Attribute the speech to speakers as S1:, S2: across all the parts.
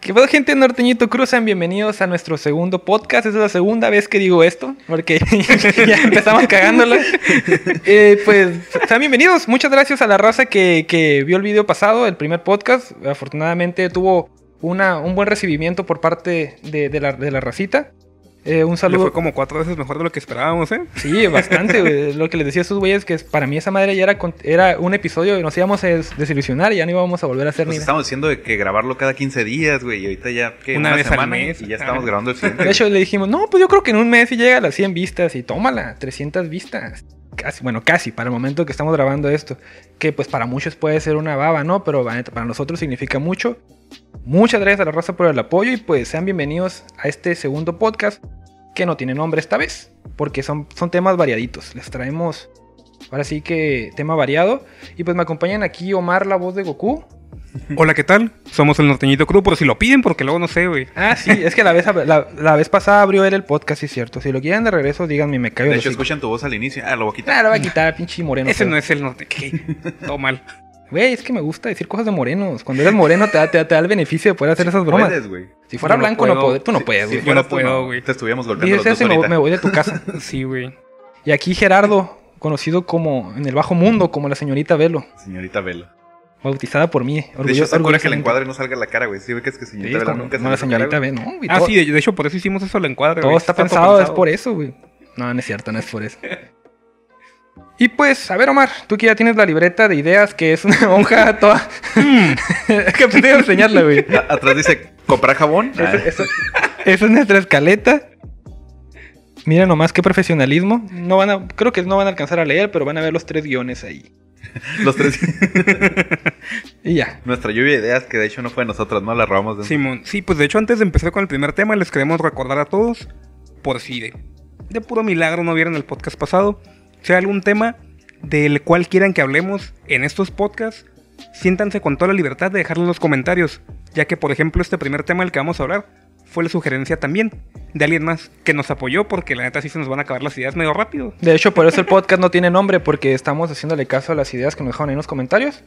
S1: ¿Qué pasa, gente de Norteñito Cruz? Sean bienvenidos a nuestro segundo podcast. Es la segunda vez que digo esto, porque ya empezamos cagándola. Eh, pues, sean bienvenidos. Muchas gracias a la raza que, que vio el video pasado, el primer podcast. Afortunadamente tuvo una, un buen recibimiento por parte de, de la, de la racita. Eh, un
S2: Le fue
S1: saludo.
S2: como cuatro veces mejor de lo que esperábamos, ¿eh?
S1: Sí, bastante, güey. Lo que les decía a esos güeyes que es- para mí esa madre ya era, con- era un episodio y nos íbamos a des- desilusionar y ya no íbamos a volver a hacer
S3: Nos
S1: ni nada.
S3: estamos diciendo de que grabarlo cada 15 días, güey. Y ahorita ya que
S2: Una vez al
S3: semana
S2: mes.
S3: y ya estamos grabando el siguiente.
S1: De hecho, le dijimos, no, pues yo creo que en un mes sí llega a las 100 vistas y tómala, 300 vistas. Casi, bueno, casi, para el momento que estamos grabando esto. Que pues para muchos puede ser una baba, ¿no? Pero la neta, para nosotros significa mucho. Muchas gracias a la raza por el apoyo y pues sean bienvenidos a este segundo podcast que no tiene nombre esta vez, porque son, son temas variaditos. Les traemos ahora sí que tema variado. Y pues me acompañan aquí Omar, la voz de Goku.
S2: Hola, ¿qué tal? Somos el Norteñito Crew, por si lo piden, porque luego no sé, güey.
S1: Ah, sí, es que la vez, la, la vez pasada abrió él el podcast, sí, es cierto. Si lo quieren de regreso, díganme, me caigo.
S3: de hecho, escuchan tu voz al inicio. Ah, lo voy a quitar.
S1: Ah, lo va a quitar, pinche moreno.
S2: Ese
S1: feo.
S2: no es el norte. ¿Qué? Todo mal.
S1: Güey, es que me gusta decir cosas de morenos. Cuando eres moreno te da, te da- te da el beneficio de poder hacer esas bromas.
S3: Puedes, güey.
S1: Si fuera
S2: No
S1: blanco, no
S2: puedo.
S1: puedo. Tú no
S3: Si-
S1: puedes,
S3: si
S1: güey.
S2: yo
S3: fueras
S2: no
S3: tú,
S2: puedo, güey.
S3: Te estuviéramos golpeando los
S1: Dices
S3: dos
S1: eso y me,
S3: ahorita.
S1: me voy de tu casa.
S2: Sí, güey.
S1: Y aquí Gerardo, conocido como en el bajo mundo, como la señorita Velo,
S3: Señorita Velo.
S1: bautizada por mí.
S3: De hecho,
S1: Orgulloso,
S3: se cura que el
S1: orgullosamente.
S3: encuadre no salga la cara, güey. Sí, ve que es que
S1: Sí,
S3: señorita Velo
S1: como-
S3: nunca
S1: como
S3: sale
S1: la señorita
S3: la cara, güey.
S1: Velo, no, güey,
S2: Ah,
S1: todo-
S2: sí, de, de hecho, por eso hicimos eso al encuadre.
S1: Todo
S2: güey.
S1: está pensado, es por eso, güey. No, no es cierto, no es por eso. Y pues, a ver, Omar, tú que ya tienes la libreta de ideas, que es una hoja toda.
S3: Mm.
S1: que te debo enseñarla, güey.
S3: A- Atrás dice, ¿comprar jabón? Ah,
S1: Eso, eso- esa es nuestra escaleta. Mira nomás qué profesionalismo. No van a, creo que no van a alcanzar a leer, pero van a ver los tres guiones ahí.
S3: Los tres.
S1: Y ya.
S3: Nuestra lluvia de ideas, que de hecho no fue de nosotros, ¿no? La robamos de un-
S2: Simón, sí, pues de hecho antes de empezar con el primer tema les queremos recordar a todos, por si de, de puro milagro no vieron el podcast pasado, si hay algún tema del cual quieran que hablemos en estos podcasts, siéntanse con toda la libertad de dejarlo en los comentarios, ya que por ejemplo este primer tema del que vamos a hablar fue la sugerencia también de alguien más que nos apoyó porque la neta sí se nos van a acabar las ideas medio rápido.
S1: De hecho, por eso el podcast no tiene nombre, porque estamos haciéndole caso a las ideas que nos dejaron ahí en los comentarios.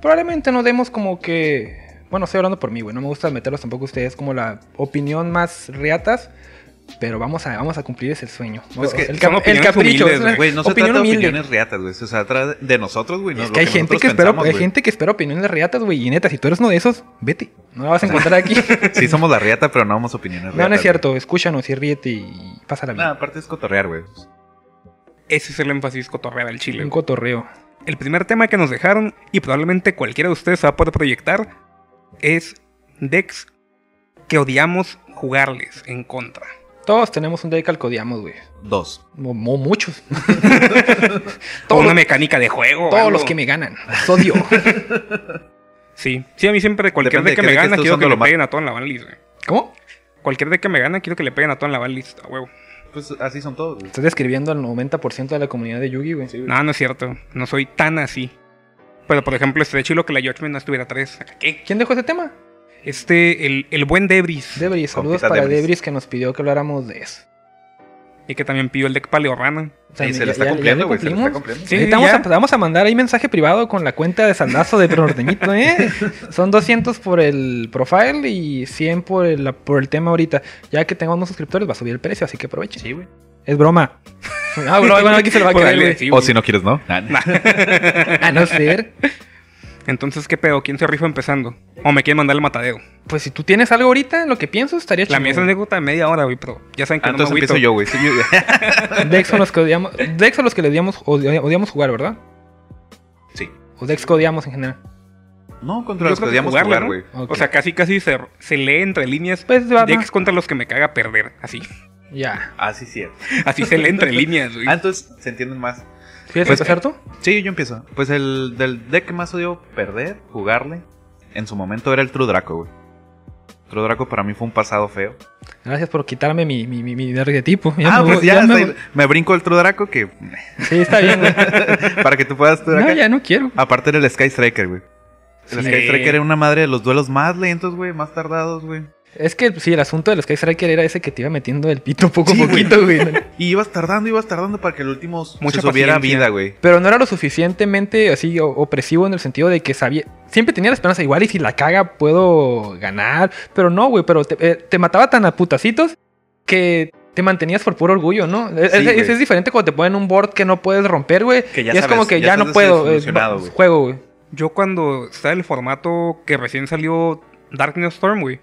S1: Probablemente nos demos como que. Bueno, estoy hablando por mí, güey. No me gusta meterlos tampoco a ustedes como la opinión más reatas. Pero vamos a, vamos a cumplir ese sueño.
S3: Pues que
S1: el,
S2: son
S1: cap- el
S2: opiniones
S1: capricho.
S2: humildes,
S1: es una
S3: Güey, no se
S1: opinión
S3: trata de
S1: humilde.
S3: opiniones reatas, güey. Se trata de nosotros, güey. no
S1: Es
S3: lo
S1: que hay gente
S3: nosotros
S1: que, espera, pues,
S3: pensamos,
S1: hay
S3: güey.
S1: gente que espera opiniones reatas, güey. Y neta, si tú eres uno de esos, vete. No la vas a encontrar aquí.
S3: Sí, somos la riata, pero no damos opiniones reatas.
S1: no, no es
S3: güey. Ah,
S1: cierto. Escúchanos y ríete y pásala bien.
S3: No, aparte es cotorrear, güey.
S2: Ese es el énfasis cotorrea del chile.
S1: Un
S2: güey.
S1: cotorreo.
S2: El primer tema que nos dejaron, y probablemente cualquiera de ustedes se va a poder proyectar, es decks que odiamos jugarles en contra.
S1: Todos tenemos un deck al que odiamos, güey.
S3: Dos.
S1: Mo- mo- muchos.
S2: O
S1: todos
S2: una mecánica de juego. o
S1: todos
S2: algo.
S1: los que me ganan. Los odio.
S2: Sí, sí, a mí siempre cualquier
S3: Depende
S2: deck que
S3: de qué
S2: me
S3: deck
S2: gana
S3: estés
S2: quiero que
S3: usando
S2: le
S3: lo más-
S2: peguen a todo en la banlist. güey.
S1: ¿Cómo?
S2: Cualquier deck que me gana quiero que le peguen a todo en la banlist, a huevo.
S3: Pues así son todos, güey.
S1: Estás describiendo al 90% de la comunidad de Yugi, güey.
S2: No, no es cierto. No soy tan así. Pero por ejemplo, este chilo que la Judgment no estuviera tres. ¿Qué?
S1: ¿Quién dejó ese tema?
S2: Este, el, el buen Debris.
S1: Debris. Saludos
S3: Compita
S1: para Debris.
S3: Debris.
S1: que nos pidió que habláramos de eso.
S2: Y que también pidió el deck Paleorrana.
S3: Y
S1: También
S3: se
S1: ya-
S3: le está
S1: ya- ya
S3: cumpliendo, güey. Se le está
S1: cumplimos.
S3: cumpliendo.
S2: Sí,
S1: Ahorita vamos,
S2: ya.
S1: a, pues, vamos a mandar ahí mensaje privado con la cuenta de saldazo de Norteñito, ¿eh? Son 200 por el profile y 100 por el, por el tema ahorita. Ya que tengamos suscriptores, va a subir el precio, así que aprovechen.
S3: Sí, güey.
S1: Es broma. Ah, bueno, bueno, aquí se lo va a
S2: Por
S1: creer,
S2: ahí le-
S1: güey.
S2: sí,
S3: O
S2: güey. Ah,
S3: si no quieres, no. Nah, nah.
S1: A no ser.
S2: Entonces, ¿qué pedo? ¿Quién se rifa empezando? ¿O me quieren mandar el matadeo?
S1: Pues si tú tienes algo ahorita, en lo que pienso, estaría chido.
S2: La mía es anécdota de media hora, güey, pero ya saben que
S3: Ah,
S2: no me
S3: entonces empiezo
S2: agüito.
S3: yo, güey. Sí, yo-
S1: Dex son los que odiamos. Dex son los que le odiamos, odi- odiamos jugar, ¿verdad?
S3: Sí.
S1: O Dex que odiamos en general.
S3: No,
S2: Yo
S3: contra los que
S2: creo que
S3: odiamos
S2: jugarla,
S3: jugar,
S2: ¿no?
S3: güey.
S1: Ok.
S2: O sea, casi casi se, se lee entre líneas
S1: Pues va, va.
S2: decks contra los que me caga perder. Así.
S1: Ya.
S3: Ah, sí, cierto.
S2: Así se lee entre líneas, güey.
S3: Ah, entonces se entienden más.
S1: ¿Quieres
S3: Pues-
S1: empezar tú?
S3: Sí, yo empiezo. Pues el del deck que más odio perder, jugarle, en su momento era el True Draco, güey. True Draco para mí fue un pasado feo.
S1: Gracias por quitarme mi, mi, mi, mi arquetipo.
S3: ah,
S1: me
S3: pues
S1: voy-
S3: ya,
S1: me
S3: estoy- me, brinco el True Draco que.
S1: voy. Sí, está bien, güey.
S3: para que tú puedas. tú
S1: No,
S3: acá.
S1: ya no quiero.
S3: Aparte era el Sky Striker, güey. El
S2: Sí.
S3: Sky Striker era una madre de los duelos más lentos, güey, más tardados, güey.
S1: Es que pues, sí, el asunto de los Case Striker era ese que te iba metiendo el pito poco a
S3: Sí, güey.
S1: poquito, güey.
S3: Y ibas tardando, ibas tardando para que el último
S2: Mucha
S3: se subiera a
S2: paciencia.
S3: vida, güey.
S1: Pero no era lo suficientemente así o- opresivo en el sentido de que sabía. Siempre tenía la esperanza, igual y si la caga puedo ganar. Pero no, güey, pero te, eh, te mataba tan a putacitos que te mantenías por puro orgullo, ¿no? Es-
S3: Sí,
S1: es,
S3: güey.
S1: es diferente cuando te ponen un board que no puedes romper, güey.
S3: Que ya
S1: y es
S3: sabes,
S1: como que
S3: ya
S1: ya,
S3: estás
S1: no puedo. eh,
S3: desilusionado,
S1: va-
S3: güey.
S1: juego, güey.
S2: Yo cuando estaba el formato que recién salió Darkness Storm, güey.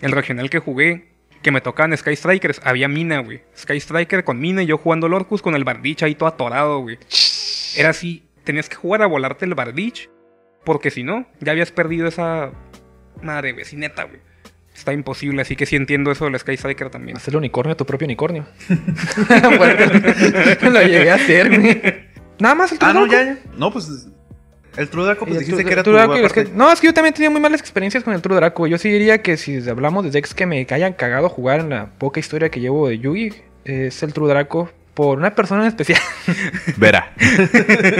S2: El regional que jugué, que me tocaban Sky Strikers, había mina, güey. Sky Striker con mina y yo jugando Lorcus con el Bardich ahí todo atorado, güey. Era así, tenías que jugar a volarte el Bardich, porque si no, ya habías perdido esa madre, güey, sí, neta, güey. Está imposible, así que sí entiendo eso del Sky Striker también.
S1: Hacer el unicornio, tu propio unicornio. Bueno, lo llegué a hacer, güey. Nada más el
S3: Ah, no,
S1: Trudraco.
S3: ya, ya. No, pues. El True Draco,
S1: Y
S3: pues
S1: el
S3: dijiste
S1: True-
S3: que era tu.
S1: True Draco, es
S3: aparte.
S1: que- no, es que yo también he tenido muy malas experiencias con el True Draco. Yo sí diría que si hablamos de decks que me hayan cagado jugar en la poca historia que llevo de Yugi, es el True Draco por una persona en especial.
S3: Verá.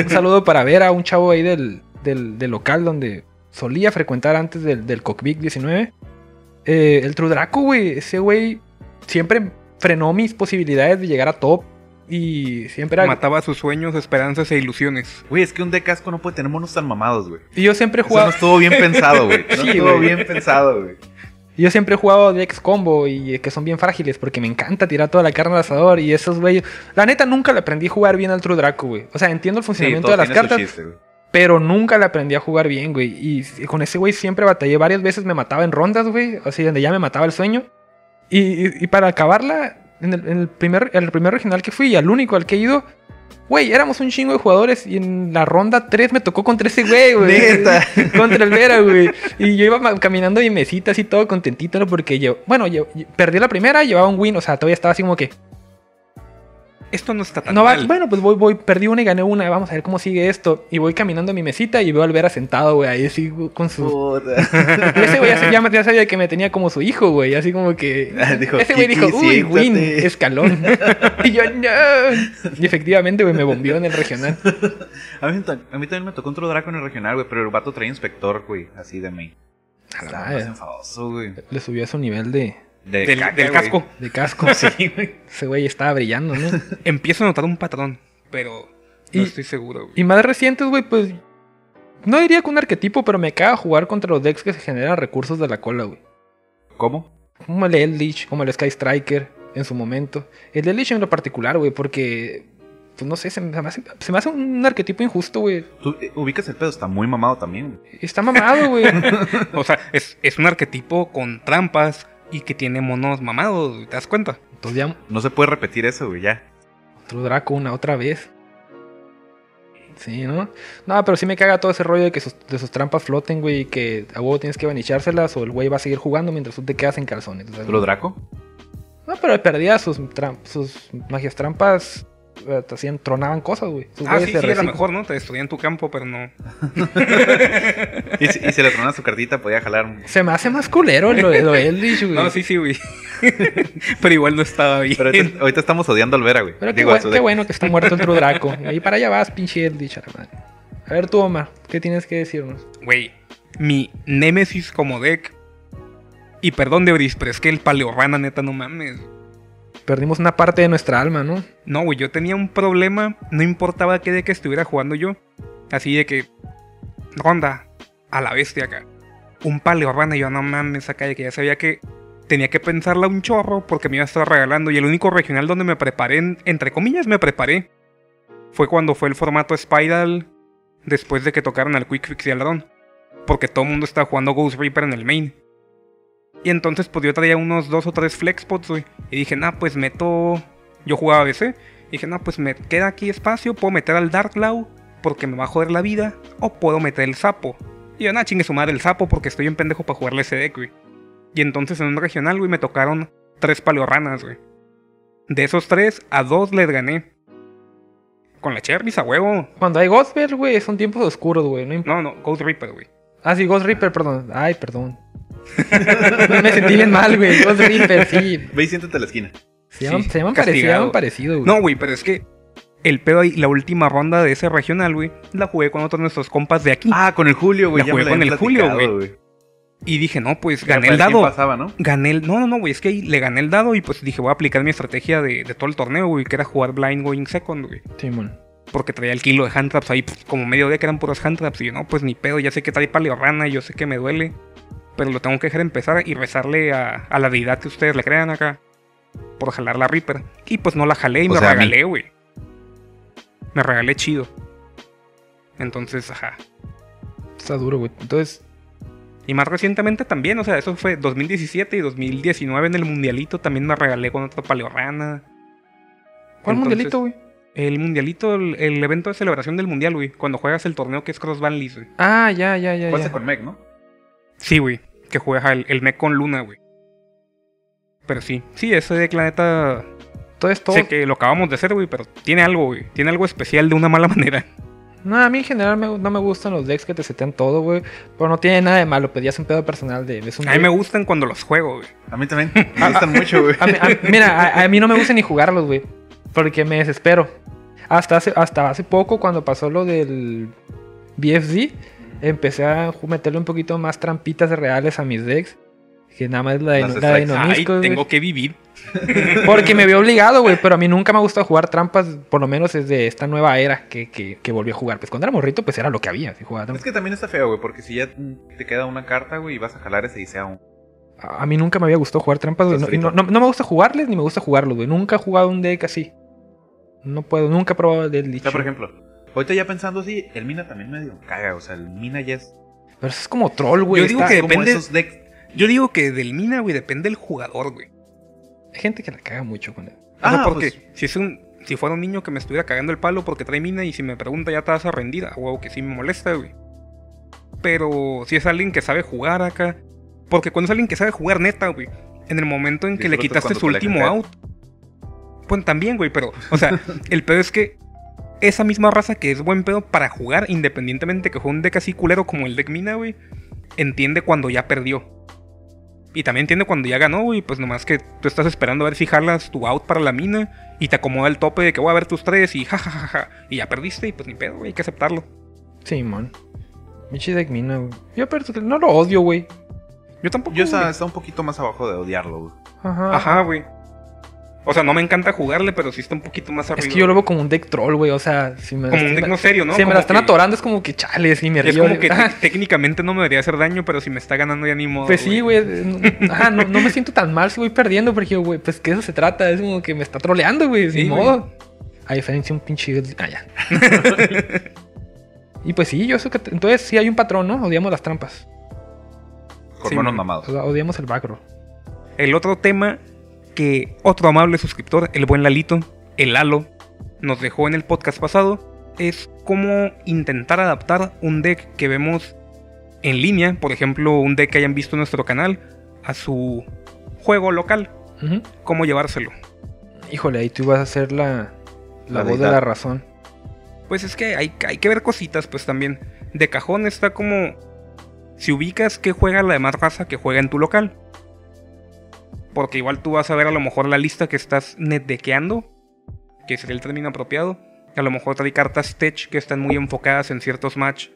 S1: un saludo para ver a un chavo ahí del, del, del local donde solía frecuentar antes del, del Cockpit 19. Eh, el True Draco, güey, ese güey siempre frenó mis posibilidades de llegar a top y siempre era-
S2: Mataba sus sueños, esperanzas e ilusiones.
S3: Güey, es que un de casco no puede tener monos tan mamados, güey.
S1: Y yo siempre he
S3: Eso no
S1: jugado,
S3: estuvo bien pensado, güey. No
S1: Sí,
S3: estuvo
S1: güey.
S3: bien pensado, güey.
S1: Yo siempre he jugado decks combo y eh, que son bien frágiles porque me encanta tirar toda la carne al asador y esos güeyes. La neta nunca le aprendí a jugar bien al True Draco, güey. O sea, entiendo el funcionamiento
S3: todo
S1: de las
S3: tiene su
S1: cartas,
S3: chiste, güey.
S1: pero nunca le aprendí a jugar bien, güey. Y s- con ese güey siempre batallé varias veces, me mataba en rondas, güey. Así donde ya me mataba el sueño. Y, y- y para acabarla, en el, en el primer, el primer regional que fui y al único al que he ido, güey, éramos un chingo de jugadores y en la ronda 3 me tocó contra ese güey, güey.
S3: Neta.
S1: Contra el Vera, güey. Y yo iba ma- caminando de mesita así todo contentito, ¿no? Porque yo, bueno, yo, yo- perdí la primera, llevaba un win, o sea, todavía estaba así como que,
S2: Esto no está tan
S1: no va,
S2: mal.
S1: bueno, pues voy, voy, perdí una y gané una, vamos a ver cómo sigue esto. Y voy caminando a mi mesita y veo al Vera sentado, güey, ahí así güey, con su...
S3: Puta.
S1: Y ese güey ya, se- ya me- ya sabía que me tenía como su hijo, güey. Así como que.
S3: Dijo,
S1: ese güey
S3: "Kiki,
S1: dijo, uy,
S3: siéntate".
S1: win, escalón. y yo, no. Y efectivamente, güey, me bombió en el regional.
S3: A mí, ta- a mí también me tocó un True Draco en el regional, güey, pero el vato traía inspector, güey, así de mí.
S1: A la
S3: Estaba más
S1: madre.
S3: enfadoso, güey.
S1: Le subió a su nivel de,
S3: De
S2: Del-
S3: caca,
S2: del
S3: güey.
S2: casco.
S1: de casco. Ese güey estaba brillando, ¿no?
S2: Empiezo a notar un patrón, pero no
S1: Y-
S2: estoy seguro, güey.
S1: Y más recientes, güey, pues. No diría que un arquetipo, pero me caga jugar contra los decks que se generan recursos de la cola, güey.
S3: ¿Cómo?
S1: Como el Eldritch, como el Sky Striker en su momento. El Eldritch en lo particular, güey, porque. Pues no sé, se me hace, se me hace un arquetipo injusto, güey.
S3: Tú eh, ubicas el pedo, está muy mamado también. güey.
S1: Está mamado, güey.
S2: O sea, es, es un arquetipo con trampas y que tiene monos mamados, güey, ¿te das cuenta?
S1: Entonces ya
S3: No se puede repetir eso, güey, ya.
S1: otro Draco una otra vez. Sí, ¿no? No, pero sí me caga todo ese rollo de que sus, de sus trampas floten, güey, y que a huevo tienes que vanichárselas o el güey va a seguir jugando mientras tú te quedas en calzones. o sea,
S3: ¿True Draco?
S1: no, pero perdía sus, tram- sus magias trampas. eh, Te hacían, tronaban cosas, güey. Sus
S2: Ah,
S1: güeyes
S2: sí, sí,
S1: se
S2: a lo
S1: reciclan.
S2: mejor, ¿no? Te destruían tu campo, pero no.
S3: Y, si- y si le tronas su cartita, podía jalar. un-
S1: Se me hace más culero lo, lo Eldritch, güey.
S2: No, sí, sí, güey. pero igual no estaba bien.
S3: Pero ahorita, ahorita estamos odiando al Vera, güey.
S1: Pero qué,
S3: Digo, a
S1: buen-
S3: su
S1: qué
S3: de-
S1: bueno que está muerto el Trudraco. Ahí para allá vas, pinche Eldritch, a la madre. A ver tú, Omar, ¿qué tienes que decirnos?
S2: Güey, mi Némesis como deck. Y perdón, Debris, pero es que el paleorrana, neta, no mames.
S1: Perdimos una parte de nuestra alma, ¿no?
S2: No, güey, yo tenía un problema. No importaba qué deck estuviera jugando yo. Así de que. Ronda, a la bestia acá. Un paleorrana, yo no mames, acá de que ya sabía que. Tenía que pensarla un chorro porque me iba a estar regalando. Y el único regional donde me preparé, en- entre comillas, me preparé. Fue cuando fue el formato Spiral. Después de que tocaron al Quick Fix y al Ladrón. Porque todo el mundo estaba jugando Ghost Reaper en el main. Y entonces, pues yo traía unos dos o tres flex spots, güey. Y dije, nah, pues meto. Yo jugaba ABC. Y dije, no, pues me queda aquí espacio, puedo meter al Dark Law porque me va a joder la vida, o puedo meter el sapo. Y yo, nada, chingue su madre el sapo porque estoy un pendejo para jugarle ese deck, güey. Y entonces en un regional, güey, me tocaron tres paleorranas, güey. De esos tres, a dos les gané. Con la Cherries a huevo.
S1: Cuando hay Gospel, güey, son tiempos oscuros, güey. No imp-
S2: No, no, Ghost Reaper, güey.
S1: ah, sí, Ghost Reaper, perdón. Ay, perdón. Me sentí bien mal, güey. Ghost Reaper, sí.
S3: Ve y siéntate a la esquina.
S1: Se llaman,
S2: Sí,
S1: se llaman parecido, se
S2: castigado.
S1: llaman parecido, güey.
S2: No, güey, pero es que el pedo ahí, la última ronda de ese regional, güey, la jugué con otros de nuestros compas de aquí.
S1: Mm.
S3: Ah, con el Julio, güey.
S2: La
S3: ya
S2: jugué
S3: me lo
S2: con
S3: habían
S2: el Julio,
S3: platicado, güey.
S2: Y dije, no, pues
S3: Pero
S2: gané
S3: para
S2: el
S3: quién
S2: dado.
S3: pasaba, ¿no?
S2: Gané el. No, no, no, güey. Es que ahí le gané el dado y pues dije, voy a aplicar mi estrategia de, de todo el torneo, güey, que era jugar blind going second, güey.
S1: Simón.
S2: Porque traía el kilo de hand traps ahí, pf, como medio día que eran puros hand traps. Y yo, no, pues ni pedo, ya sé que trae palio rana, yo sé que me duele. Pero lo tengo que dejar empezar y rezarle a, a la deidad que ustedes le crean acá. Por jalar la Reaper. Y pues no la jalé y
S3: O
S2: me
S3: sea, a mí.
S2: regalé, güey. Me regalé chido. Entonces, ajá.
S1: Está duro, güey. Entonces,
S2: Y más recientemente también, o sea, eso fue 2017 y 2019 en el Mundialito también me regalé con otra paleorrana.
S1: ¿cuál
S2: Entonces,
S1: mundialito, güey?
S2: El Mundialito, el, el evento de celebración del Mundial, güey. Cuando juegas el torneo que es Cross Van Lees, güey.
S1: Ah, ya, ya, ya.
S3: Pasa
S1: ya.
S3: con Mech, ¿no?
S2: Sí, güey. Que juega el, el mech con Luna, güey. Pero sí, sí, ese de Planeta.
S1: Entonces todo.
S2: Sé que lo acabamos de hacer, güey, pero tiene algo, güey. Tiene algo especial de una mala manera.
S1: No, a mí en general me- no me gustan los decks que te setean todo, güey. Pero no tiene nada de malo. Pedías un pedo personal de. Es un
S2: A mí
S1: deck.
S2: me gustan cuando los juego, güey.
S3: A mí también. Me gustan mucho, güey.
S1: A mí- a- mira, a, a mí no me gusta ni jugarlos, güey. Porque me desespero. Hasta hace, hasta hace poco, cuando pasó lo del BFD, empecé a ju- meterle un poquito más trampitas reales a mis decks. Que nada más la de,
S3: Las
S1: la de
S3: strikes.
S2: Ay,
S1: Nonisco, güey.
S2: tengo que vivir.
S1: Porque me veo obligado, güey. Pero a mí nunca me ha gustado jugar trampas, por lo menos desde esta nueva era que, que, que volví a jugar. Pues cuando era morrito, pues era lo que había. Si jugaba
S3: Es
S1: trampas.
S3: que también está feo, güey, porque si ya te queda una carta, güey, y vas a jalar ese y sea un...
S1: A a mí nunca me había gustado jugar trampas, güey. No,
S3: Estás
S1: y no,
S3: frito.
S1: no- no me gusta jugarles ni me gusta jugarlos, güey. Nunca he jugado un deck así. No puedo, nunca he probado el del
S3: O sea, por ejemplo, ahorita ya pensando así, el Mina también medio caga, o sea, el Mina ya es
S1: Pero eso es como troll, güey.
S2: Yo digo
S1: Está-
S2: que
S3: como
S2: depende-
S3: esos decks.
S2: Yo digo que del Mina, güey, depende del jugador, güey.
S1: Hay gente que la caga mucho con él.
S2: O sea,
S3: Ah,
S2: porque
S3: pues,
S2: si es un si fuera un niño que me estuviera cagando el palo porque trae mina y si me pregunta ya te vas a rendir, ah, huevo, que sí me molesta, güey. Pero si es alguien que sabe jugar acá, porque cuando es alguien que sabe jugar neta, güey, en el momento en que le
S3: Disfrutas
S2: quitaste
S3: cuando
S2: su
S3: te la
S2: último
S3: cagas.
S2: out, pues también, güey, pero o sea, el pedo es que esa misma raza que es buen pedo para jugar, independientemente que juegue un deck así culero como el deck mina, güey, entiende cuando ya perdió. Y también entiende cuando ya ganó, güey. Pues nomás que tú estás esperando a ver si jalas tu out para la mina y te acomoda el tope de que voy a ver tus tres y jajajaja. y ya perdiste y pues ni pedo, güey. Hay que aceptarlo.
S1: Simón. Michi Deck Mina, güey. Yo pero no lo odio, güey.
S2: Yo tampoco.
S3: yo
S2: güey.
S3: está, está un poquito más abajo de odiarlo, güey.
S1: Ajá.
S2: Ajá, güey. O sea, no me encanta jugarle, pero sí está un poquito más arriba.
S1: Es que yo lo veo como un deck troll, güey. O sea, si me,
S2: Como
S1: si
S2: un
S1: me-
S2: digno serio, ¿no?
S1: si me
S2: Como
S1: la están
S2: que-
S1: atorando es como que chales y me
S2: Es
S1: río.
S2: como que
S1: Ajá.
S2: te- técnicamente no me debería hacer daño, pero si me está ganando ya ni modo.
S1: Pues sí, güey. no- Ajá, no, no me siento tan mal si voy perdiendo, porque yo, güey, pues que eso se trata. Es como que me está troleando, güey. Sin
S2: Sí, güey.
S1: modo. A diferencia de un pinche. Ah, ya. y pues sí, yo eso que. Entonces sí hay un patrón, ¿no? Odiamos las trampas.
S3: Con
S2: Sí,
S3: manos
S2: man.
S1: O
S3: mamados.
S1: sea, Odiamos el backroll.
S2: El otro tema que otro amable suscriptor, el buen Lalito, el Lalo, nos dejó en el podcast pasado es cómo intentar adaptar un deck que vemos en línea, por ejemplo, un deck que hayan visto en nuestro canal, a su juego local,
S1: Ujú.
S2: cómo llevárselo.
S1: Híjole, ahí tú vas a ser la, la
S3: La
S1: voz de
S3: deidad.
S1: la razón.
S2: Pues es que hay, hay que ver cositas, pues también. De cajón está como. Si ubicas que juega la demás raza que juega en tu local. Porque igual tú vas a ver a lo mejor la lista que estás netdequeando. Que sería el término apropiado. A lo mejor trae cartas tech que están muy enfocadas en ciertos match.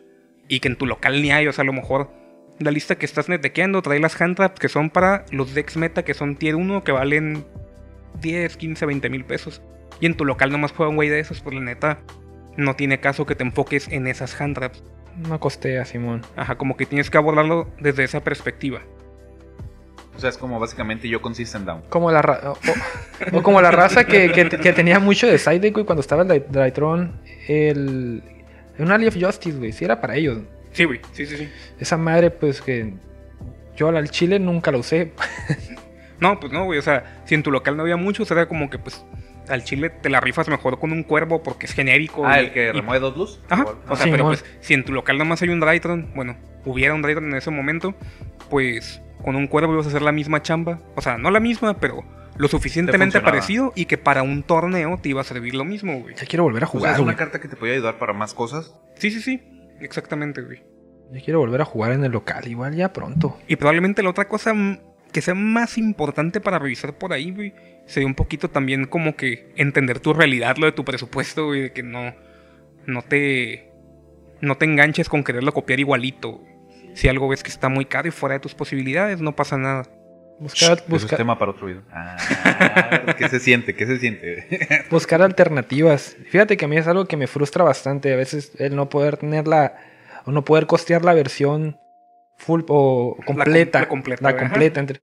S2: Y que en tu local ni hay. O sea, a lo mejor la lista que estás netdequeando trae las hand traps que son para los decks meta que son tier 1 que valen 10, 15, 20 mil pesos. Y en tu local nomás juega un güey de esos, por la neta no tiene caso que te enfoques en esas hand traps.
S1: No costea, Simón.
S2: Ajá, como que tienes que abordarlo desde esa perspectiva.
S3: O sea, es como básicamente yo con System Down.
S1: Como la ra- o, o como la raza que, que- que tenía mucho de side deck, güey, cuando estaba el Dry- Drytron, el. Un Ally of Justice, güey. Sí, era para ellos.
S2: Sí, güey, sí, sí, sí.
S1: Esa madre, pues que. Yo al chile nunca la usé.
S2: No, pues no, güey, o sea, si en tu local no había muchos, era como que pues al chile te la rifas mejor con un cuervo porque es genérico.
S3: Ah,
S2: y-
S3: el que
S2: y-
S3: remueve dos luz.
S2: Ajá, o sea,
S1: Sí,
S2: pero
S1: mon.
S2: pues si en tu local nomás hay un Drytron, bueno, hubiera un Drytron en ese momento, pues con un cuervo ibas a hacer la misma chamba. O sea, no la misma, pero lo suficientemente
S3: funcionaba.
S2: parecido y que para un torneo te iba a servir lo mismo, güey.
S1: Ya quiero volver a
S3: O sea,
S1: jugar,
S3: Pues es una
S1: güey.
S3: carta que te podía ayudar para más cosas.
S2: Sí, sí, sí, exactamente, güey.
S1: Ya quiero volver a jugar en el local, igual ya pronto.
S2: Y probablemente la otra cosa mm, que sea más importante para revisar por ahí, güey, sería un poquito también como que entender tu realidad, lo de tu presupuesto, güey, de que no, no te, no te enganches con quererlo copiar igualito. güey. Si algo ves que está muy caro y fuera de tus posibilidades, no pasa nada.
S1: Buscar,
S3: Eso es
S1: buscar,
S3: tema para otro video. Ah, ¿Qué se siente? ¿Qué se siente?
S1: buscar alternativas. Fíjate que a mí es algo que me frustra bastante. A veces el no poder tener la. O no poder costear la versión full o
S2: com-
S1: completa.
S2: la completa,
S1: La
S2: ajá.
S1: completa. entre-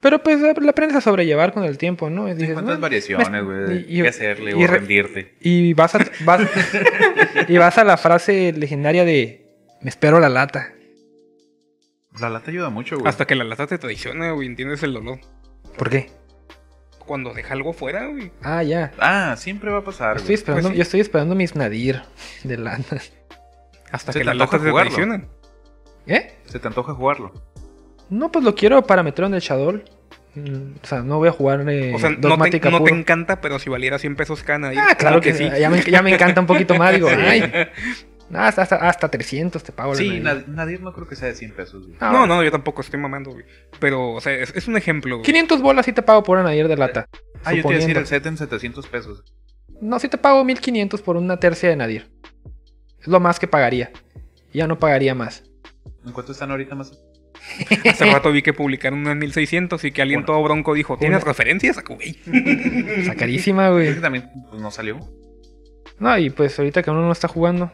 S1: Pero pues la la aprendes a sobrellevar con el tiempo, ¿no? Y, dices,
S3: ¿Cuántas
S1: "Bueno,
S3: variaciones,
S1: me-
S3: güey?
S1: y- y-
S3: ¿Qué hacerle
S1: y
S3: o
S1: re-
S3: rendirte?
S1: y vas a. vas- y vas a la frase legendaria de. Me espero la lata.
S3: La lata ayuda mucho, güey.
S2: Hasta que la lata te traiciona, güey, entiendes el dolor.
S1: ¿Por qué?
S2: Cuando deja algo fuera, güey.
S1: Ah, ya.
S3: Ah, siempre va a pasar,
S1: Estoy
S3: güey.
S1: esperando,
S2: Pues sí.
S1: Yo estoy esperando mis nadir de lana.
S2: Hasta
S3: Se
S2: que
S3: te
S2: la
S3: antoja
S2: lata te
S3: jugarlo.
S2: traiciona.
S1: ¿Eh?
S3: Se te antoja jugarlo.
S1: No, pues lo quiero para meter en el Shadow. Mm, O sea, no voy a jugar eh,
S2: O sea, no te,
S1: dogmática
S2: no te
S1: puro.
S2: encanta, pero si valiera 100 pesos cana.
S1: Ah, claro que, sí. Ya me, ya me encanta un poquito más. Digo, ay. no, hasta, hasta, hasta 300 te pago. la
S3: Sí,
S1: Nadir.
S3: Nad- Nadir no creo que sea de 100 pesos, güey.
S1: Ah,
S2: No,
S1: bueno.
S2: no, yo tampoco estoy mamando, güey. Pero, o sea, es, es un ejemplo, güey.
S1: 500 bolas sí te pago por una Nadir de lata.
S3: Ah, yo te iba a decir
S1: suponiendo.
S3: el set en 700 pesos.
S1: No, sí te pago 1500 por una tercia de Nadir. Es lo más que pagaría. Ya no pagaría más.
S3: ¿En cuánto están ahorita más?
S2: Hace rato vi que publicaron unas 1600 y que alguien
S3: Una.
S2: todo bronco dijo, ¿tienes
S1: Una.
S2: referencias? güey?"
S1: O sea, carísima,
S3: Creo
S1: güey.
S3: que también pues, no salió.
S1: No, y pues ahorita que uno no está jugando.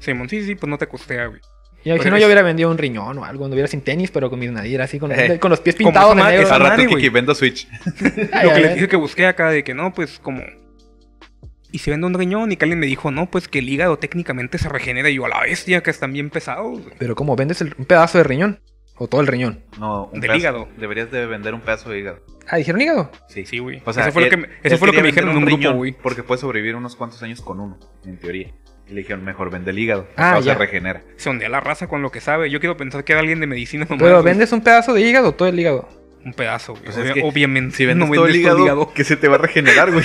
S2: Simón, sí, sí, pues no te costea, güey.
S1: Y si
S2: Pues
S1: no,
S2: es-
S1: yo hubiera vendido un riñón o algo. Anduviera sin tenis, pero con mis nadir así, con,
S3: Eh.
S1: con los pies
S2: Como
S1: pintados
S2: esa
S1: de
S2: madre que
S1: negro.
S3: Al
S2: Nari,
S3: rato
S2: güey.
S3: Kiki vendo Switch.
S1: Ay,
S2: Lo que
S1: ay,
S2: les
S1: ay.
S2: dije que busqué acá de que no, pues como... Y se vende un riñón y que alguien me dijo, no, pues que el hígado técnicamente se regenera. Y yo, a la bestia, que están bien pesados, güey.
S1: Pero como vendes el- un pedazo de riñón o todo el riñón.
S3: No, un
S2: Del
S3: pedazo-
S2: hígado.
S3: Deberías de vender un pedazo de hígado.
S1: Ah, dijeron hígado.
S2: Sí, güey.
S3: O sea,
S2: eso fue lo
S3: él-
S2: que me, eso
S3: él
S2: fue lo que
S3: quería
S2: me dijeron en un
S3: vender
S2: grupo,
S3: riñón
S2: güey.
S3: Porque puede sobrevivir unos cuantos años con uno, en teoría. Y le dijeron, mejor vende el hígado.
S1: Ah,
S3: Ah,
S1: ya.
S3: se regenera.
S2: Se ondea la raza con lo que sabe. Yo quiero pensar que era alguien de medicina nomás.
S1: Pero
S2: güey.
S1: vendes un pedazo de hígado o todo el hígado.
S2: un pedazo, güey.
S3: Pues es
S2: Obvia-
S3: que
S2: Obviamente.
S3: Si vendes todo el hígado, que se te va a regenerar, güey.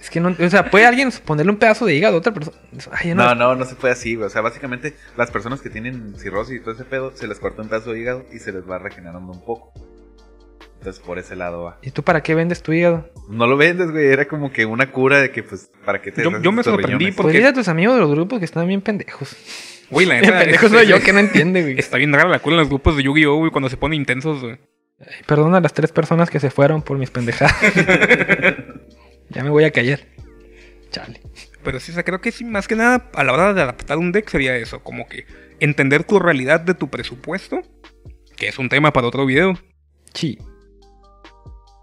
S1: Es que no. O sea, puede alguien ponerle un pedazo de hígado a otra persona. Ay, yo no.
S3: No, no, no se puede así, güey. O sea, básicamente las personas que tienen cirrosis y todo ese pedo, se les corta un pedazo de hígado y se les va regenerando un poco. Entonces, por ese lado va.
S1: ¿Y tú para qué vendes tu hígado?
S3: No lo vendes, güey. Era como que una cura de que, pues, para que te.
S2: Yo-
S3: haces
S2: yo me
S3: estos
S2: sorprendí
S3: riñones.
S2: por-
S1: Pues
S2: qué?
S1: dile a tus amigos de los grupos que están bien pendejos.
S2: Güey, la
S1: Bien
S2: neta.
S1: pendejos
S2: es-
S1: soy yo que no entiende, güey.
S2: Está bien rara la cura en los grupos de Yu-Gi-Oh, güey, cuando se ponen intensos, güey.
S1: Ay, Perdona a las tres personas que se fueron por mis pendejadas. ya me voy a callar. Chale.
S2: Pero sí, o sea, creo que sí, más que nada, a la hora de adaptar un deck sería eso, como que entender tu realidad de tu presupuesto, que es un tema para otro video.
S1: Sí.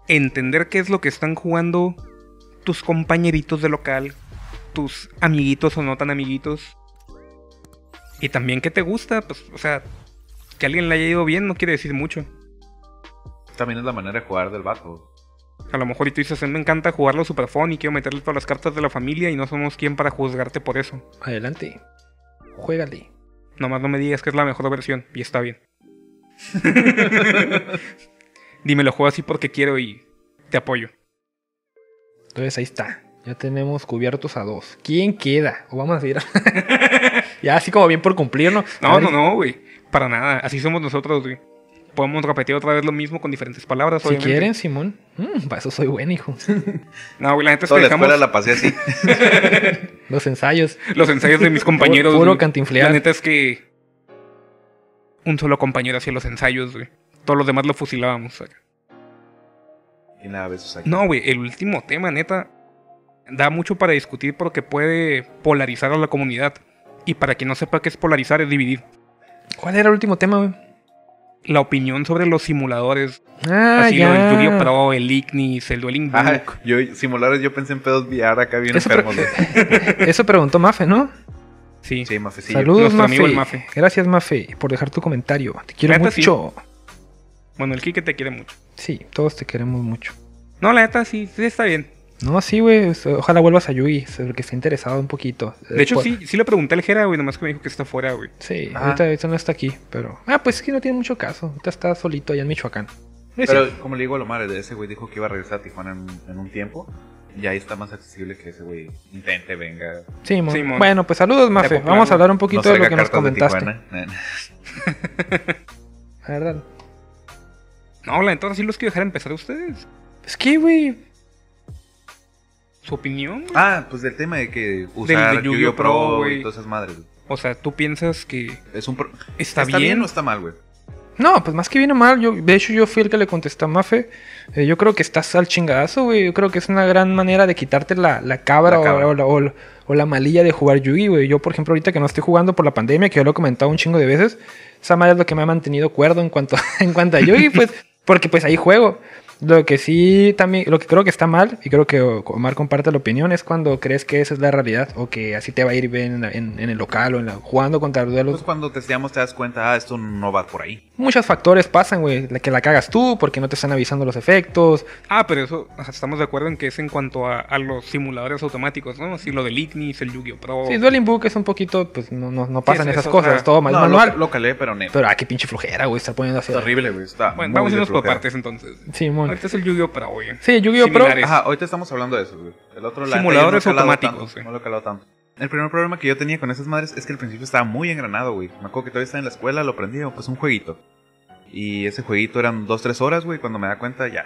S2: Entender qué es lo que están jugando tus compañeritos de local, tus amiguitos o no tan amiguitos. Y también qué te gusta, pues, o sea, que a alguien le haya ido bien no quiere decir mucho.
S3: También es la manera de jugar del vato.
S2: A lo mejor y tú dices, "A mí me encanta jugarlo superfón y quiero meterle todas las cartas de la familia y no somos quien para juzgarte por eso.
S1: Adelante. Juégale.
S2: Nomás no me digas que es la mejor versión y está bien. Dime, lo juego así porque quiero y te apoyo.
S1: Entonces ahí está. Ya tenemos cubiertos a dos. ¿Quién queda? O vamos a seguir. ya así como bien por cumplir, ¿no? A
S2: No,
S1: ver,
S2: no, no, güey. Para nada. Así somos nosotros, güey. Podemos repetir otra vez lo mismo con diferentes palabras,
S1: Si
S2: obviamente.
S1: quieren, Simón. Mm, para eso soy bueno, hijo.
S2: No, güey, la neta es que
S3: Toda la
S2: dejamos
S3: escuela la pasé así.
S1: Los ensayos.
S2: los ensayos de mis compañeros.
S1: Puro
S2: güey.
S1: cantinflear.
S2: La neta es que un solo compañero hacía los ensayos, güey. Todos los demás lo fusilábamos. acá.
S3: Y nada, besos aquí.
S2: No, güey, el último tema, neta, da mucho para discutir porque puede polarizar a la comunidad. Y para quien no sepa qué es polarizar, es dividir.
S1: ¿Cuál era el último tema, güey?
S2: La opinión sobre los simuladores,
S1: Ah,
S2: así lo del Yu-Gi-Oh!
S1: ya.
S2: Pro, el Ignis, el Dueling Book.
S3: Ah, yo, simuladores, yo pensé en pedos VR acá bien
S1: Eso, pre-
S3: enfermos. güey.
S1: Eso preguntó Mafe, ¿no?
S2: Sí.
S3: Sí, mafecillo.
S1: Saludos,
S2: nuestro
S1: Mafe.
S2: amigo el Mafe.
S1: Gracias, Mafe, por dejar tu comentario. Te quiero
S2: Neta, sí.
S1: mucho.
S2: Bueno, el Kike te quiere mucho.
S1: Sí. todos te queremos mucho.
S2: No, la neta, sí, sí está bien.
S1: No, sí, güey. o sea, Ojalá vuelvas a Yui, sobre que esté interesado un poquito.
S2: De hecho,
S1: Por-
S2: sí, sí le pregunté al Jera, güey, nomás que me dijo que está fuera, güey.
S1: Sí,
S3: Ajá.
S1: ahorita, ahorita no está aquí, pero... Ah, pues es que no tiene mucho caso. Ahorita está solito allá en Michoacán. Es
S3: Pero
S1: cierto.
S3: como le digo a Lomar, ese güey dijo que iba a regresar a Tijuana en, en un tiempo. Y ahí está más accesible que ese güey intente, venga.
S1: Sí, mon.
S2: Sí, mon.
S1: Bueno, pues saludos, Mafe.
S2: popular,
S1: Vamos a
S2: ¿no?
S1: hablar un
S3: No
S1: poquito de lo
S3: salga
S1: que nos
S3: cartas de
S1: comentaste.
S3: Tijuana. eh,
S1: La verdad.
S2: No, la neta, sí los quiero dejar empezar a ustedes.
S1: Es que, güey...
S2: Su opinión, güey.
S3: Ah, pues del tema de que usar
S2: de
S3: Yu-Gi-Oh!
S2: Yu-Gi-Oh! Pro,
S3: Pro
S2: güey.
S3: y todas esas madres. güey.
S2: O sea, tú piensas que
S3: Es un pro-
S2: está, bien.
S3: o está mal, güey?
S1: No, pues más que bien o mal, yo, de hecho yo fui el que le contesté a Mafe. Eh, yo creo que estás al chingadazo, güey. Yo creo que es una gran manera de quitarte la, la cabra,
S3: La
S1: o-
S3: cabra.
S1: O, la, o la- o la malilla de jugar Yugi, güey. Yo, por ejemplo, ahorita que no estoy jugando por la pandemia, que yo lo he comentado un chingo de veces, esa madre es lo que me ha mantenido cuerdo en cuanto, en cuanto a Yugi, pues, porque pues ahí juego. Lo que sí también, lo que creo que está mal, y creo que Omar comparte la opinión, es cuando crees que esa es la realidad o que así te va a ir bien en, la- en- en el local o en la- jugando contra duelos
S3: Pues cuando testeamos te das cuenta, ah, esto no va por ahí.
S1: Muchos factores pasan, güey. La que la cagas tú, porque no te están avisando los efectos.
S2: Ah, pero eso, o sea, estamos de acuerdo en que es en cuanto a, a los simuladores automáticos, ¿no? Así lo del Ignis, el Yu-Gi-Oh!
S3: Oh.
S2: Pro.
S1: Sí, Dueling Book es un poquito, pues no, no, no pasan
S2: Sí, es
S1: esas
S2: eso,
S1: cosas,
S2: o sea,
S1: es todo más
S3: no,
S1: manual.
S3: Lo, lo calé, pero neto.
S1: Pero ah, qué pinche flojera, güey, está poniendo así.
S3: Está horrible, güey. Está
S2: bueno,
S3: muy
S2: vamos a
S3: de
S2: irnos por
S3: flojera.
S2: partes entonces.
S1: Sí, mon.
S2: Este es el Yu-Gi-Oh! Pro, güey.
S1: Sí, Yu-Gi-Oh! Pro.
S2: Similares.
S3: Ajá, ahorita estamos hablando de eso, güey. El otro la neta,
S2: Simuladores
S3: yo no he calado
S2: automáticos,
S3: tanto,
S2: güey.
S3: No lo he calado tanto. El primer problema que yo tenía con esas madres es que al principio estaba muy engranado, güey. Me acuerdo que todavía estaba en la escuela, lo aprendí, digo, pues un jueguito. Y ese jueguito eran dos, tres horas, güey. Cuando me da cuenta, ya,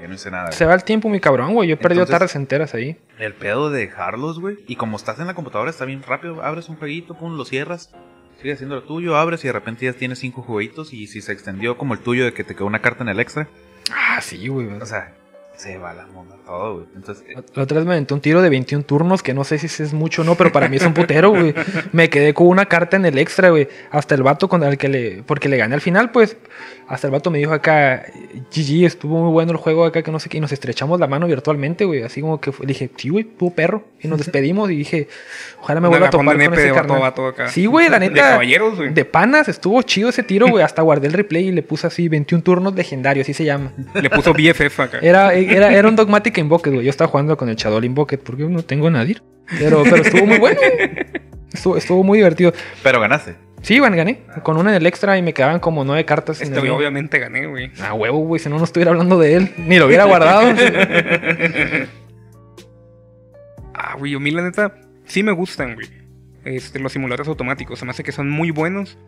S3: ya no hice nada. güey.
S1: Se va el tiempo, mi cabrón, güey. Yo he perdido
S3: Entonces-
S1: tardes enteras ahí.
S3: El pedo de dejarlos, güey. Y como estás en la computadora, está bien rápido. Abres un jueguito, pum, lo cierras. Sigue haciendo lo tuyo, abres y de repente ya tienes cinco jueguitos. Y si se extendió como el tuyo de que te quedó una carta en el extra,
S1: Ah, sí, güey.
S3: o sea, se va la monda todo, güey. Entonces, eh,
S1: La otra vez me aventé un tiro de 21 turnos, que no sé si es mucho o no, pero para mí es un putero, güey. Me quedé con una carta en el extra, güey. Hasta el vato con el que le. Porque le gané al final, pues. Hasta el vato me dijo acá, GG, estuvo muy bueno el juego acá, que no sé qué. Y nos estrechamos la mano virtualmente, güey. Así como que fue- le dije, sí, güey, tu perro. Y nos despedimos y dije, ojalá me
S2: Una
S1: vuelva a
S2: garrafón
S1: topar
S2: de
S1: con
S2: nepe
S1: ese
S2: de vato a
S1: carnal.
S2: vato acá.
S1: Sí, güey, la
S2: De
S1: neta.
S2: caballeros, güey.
S1: De panas, estuvo chido ese tiro, güey. Hasta guardé el replay y le puse así 21 turnos legendarios, así se llama.
S2: Le puso BFF acá.
S1: Era, era, era un Dogmatic Invocket, güey. Yo estaba jugando con el Chadol Invocket porque no tengo Nadir. Pero, pero estuvo muy bueno. Estuvo, estuvo muy divertido.
S3: pero ganaste.
S1: Sí, van, gané. Con una en el extra y me quedaban como nueve cartas. en
S2: Este,
S1: el-
S2: güey, obviamente gané, güey.
S1: Ah, huevo, güey. Si no, no estuviera hablando de él. Ni lo hubiera guardado.
S2: Ah, güey, a mí la neta sí me gustan, güey. Este, los simuladores automáticos, se me hace que son muy buenos,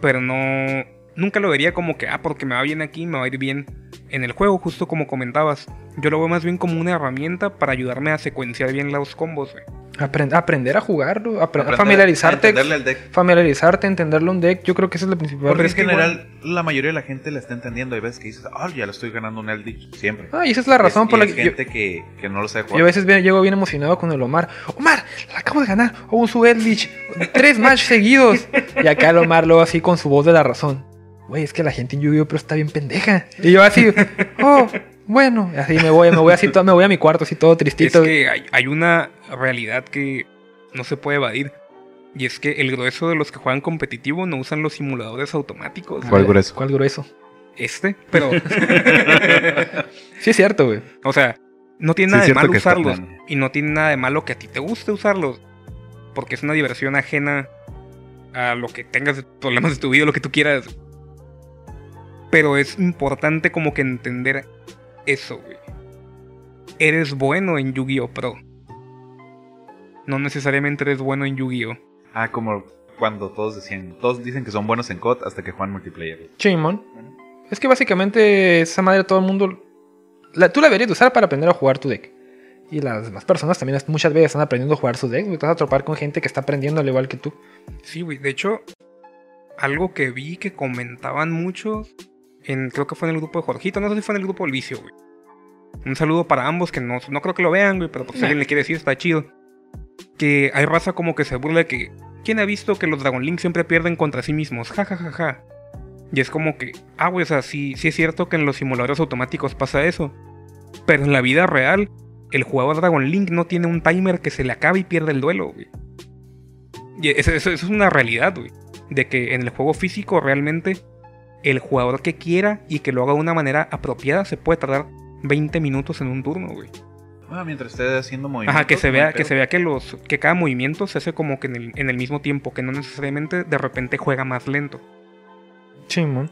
S2: pero no nunca lo vería como que ah, porque me va bien aquí, me va a ir bien en el juego, justo como comentabas. Yo lo veo más bien como una herramienta para ayudarme a secuenciar bien los combos, güey.
S1: Apren- aprender a jugarlo. apre-
S3: Aprender
S1: a
S3: a
S1: familiarizarte.
S3: entenderle al deck.
S1: Familiarizarte, entenderle un deck. Yo creo que esa es la principal.
S3: Porque
S2: es
S3: en
S2: que
S3: general, la mayoría de la gente la está entendiendo. Hay veces que dices, ah, ya lo estoy ganando un Eldritch. Siempre.
S1: Ah, y esa es la
S3: Y es-
S1: razón
S3: y
S1: por la
S3: es
S1: que. yo-
S3: gente que, que no lo sabe
S1: Yo a
S3: jugar.
S1: veces bien- llego bien emocionado con el Omar. Omar, la acabo de ganar. O un su Eldritch. Tres match seguidos. Y acá el Omar luego así con su voz de la razón. Güey, es que la gente en Yu-Gi-Oh! pero está bien pendeja. Y yo así, oh, bueno. Así me voy, me voy así, todo- me voy a mi cuarto así todo
S2: Es
S1: tristito.
S2: que hay, hay una realidad que no se puede evadir. Y es que el grueso de los que juegan competitivo no usan los simuladores automáticos.
S1: A
S2: güey.
S3: ¿Cuál
S1: ver,
S3: grueso?
S1: ¿Cuál grueso?
S2: Este, pero
S1: Sí, es cierto, güey.
S2: O sea, no tiene
S3: Sí,
S2: nada
S3: es
S2: de
S3: cierto
S2: malo
S3: que está
S2: usarlos.
S3: plano.
S2: Y no tiene nada de malo que a ti te guste usarlos. Porque es una diversión ajena a lo que tengas de problemas de tu vida, lo que tú quieras. Pero es importante como que entender eso, güey. Eres bueno en Yu-Gi-Oh! Pro. No necesariamente eres bueno en Yu-Gi-Oh!
S3: Ah, como cuando todos decían, todos dicen que son buenos en COD hasta que juegan multiplayer.
S1: Chimón. Es que básicamente esa madre todo el mundo. la- tú la deberías de usar para aprender a jugar tu deck. Y las demás personas también es- muchas veces están aprendiendo a jugar su deck. güey. Te vas a tropar con gente que está aprendiendo al igual que tú.
S2: Sí, güey. De hecho, algo que vi que comentaban muchos, en, creo que fue en el grupo de Jorgito, no sé si fue en el grupo del vicio, güey. Un saludo para ambos que no, no creo que lo vean, güey, pero pues, si
S1: Nah.
S2: alguien le quiere decir, está chido. Que hay raza como que se burla de que. ¿Quién ha visto que los Dragon Link siempre pierden contra sí mismos? Ja, ja, ja, ja. Y es como que, ah, güey, o sea, sí, sí es cierto que en los simuladores automáticos pasa eso. Pero en la vida real, el jugador Dragon Link no tiene un timer que se le acabe y pierde el duelo, güey. Y eso, eso- eso es una realidad, güey. De que en el juego físico realmente el jugador que quiera y que lo haga de una manera apropiada se puede tardar 20 minutos en un turno, güey.
S3: Ah, mientras esté haciendo movimientos.
S2: Ajá, que se
S3: no hay
S2: vea, que
S3: pedo.
S2: se vea que los, que cada movimiento se hace como que en el, en el mismo tiempo, que no necesariamente de repente juega más lento.
S1: Chimón.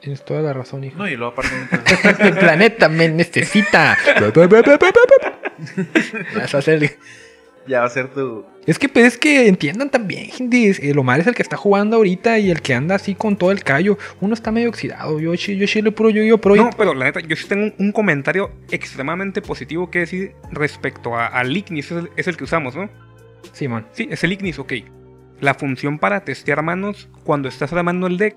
S1: Tienes toda la razón, hijo.
S3: No, y luego aparte.
S1: El planeta me necesita. Vas a hacer-
S3: ya va a ser tu.
S1: Es que, pues, es que entiendan también, gente. es- El Omar es el que está jugando ahorita y el que anda así con todo el callo. Uno está medio oxidado. Yo, chi- yo chile puro yo, yo, pro.
S2: No, pero la neta, yo sí tengo un, un comentario extremadamente positivo que decir respecto a, al Ignis, es el, es el que usamos, ¿no?
S1: Simón.
S2: Sí, es el Ignis, ok. La función para testear manos cuando estás armando el deck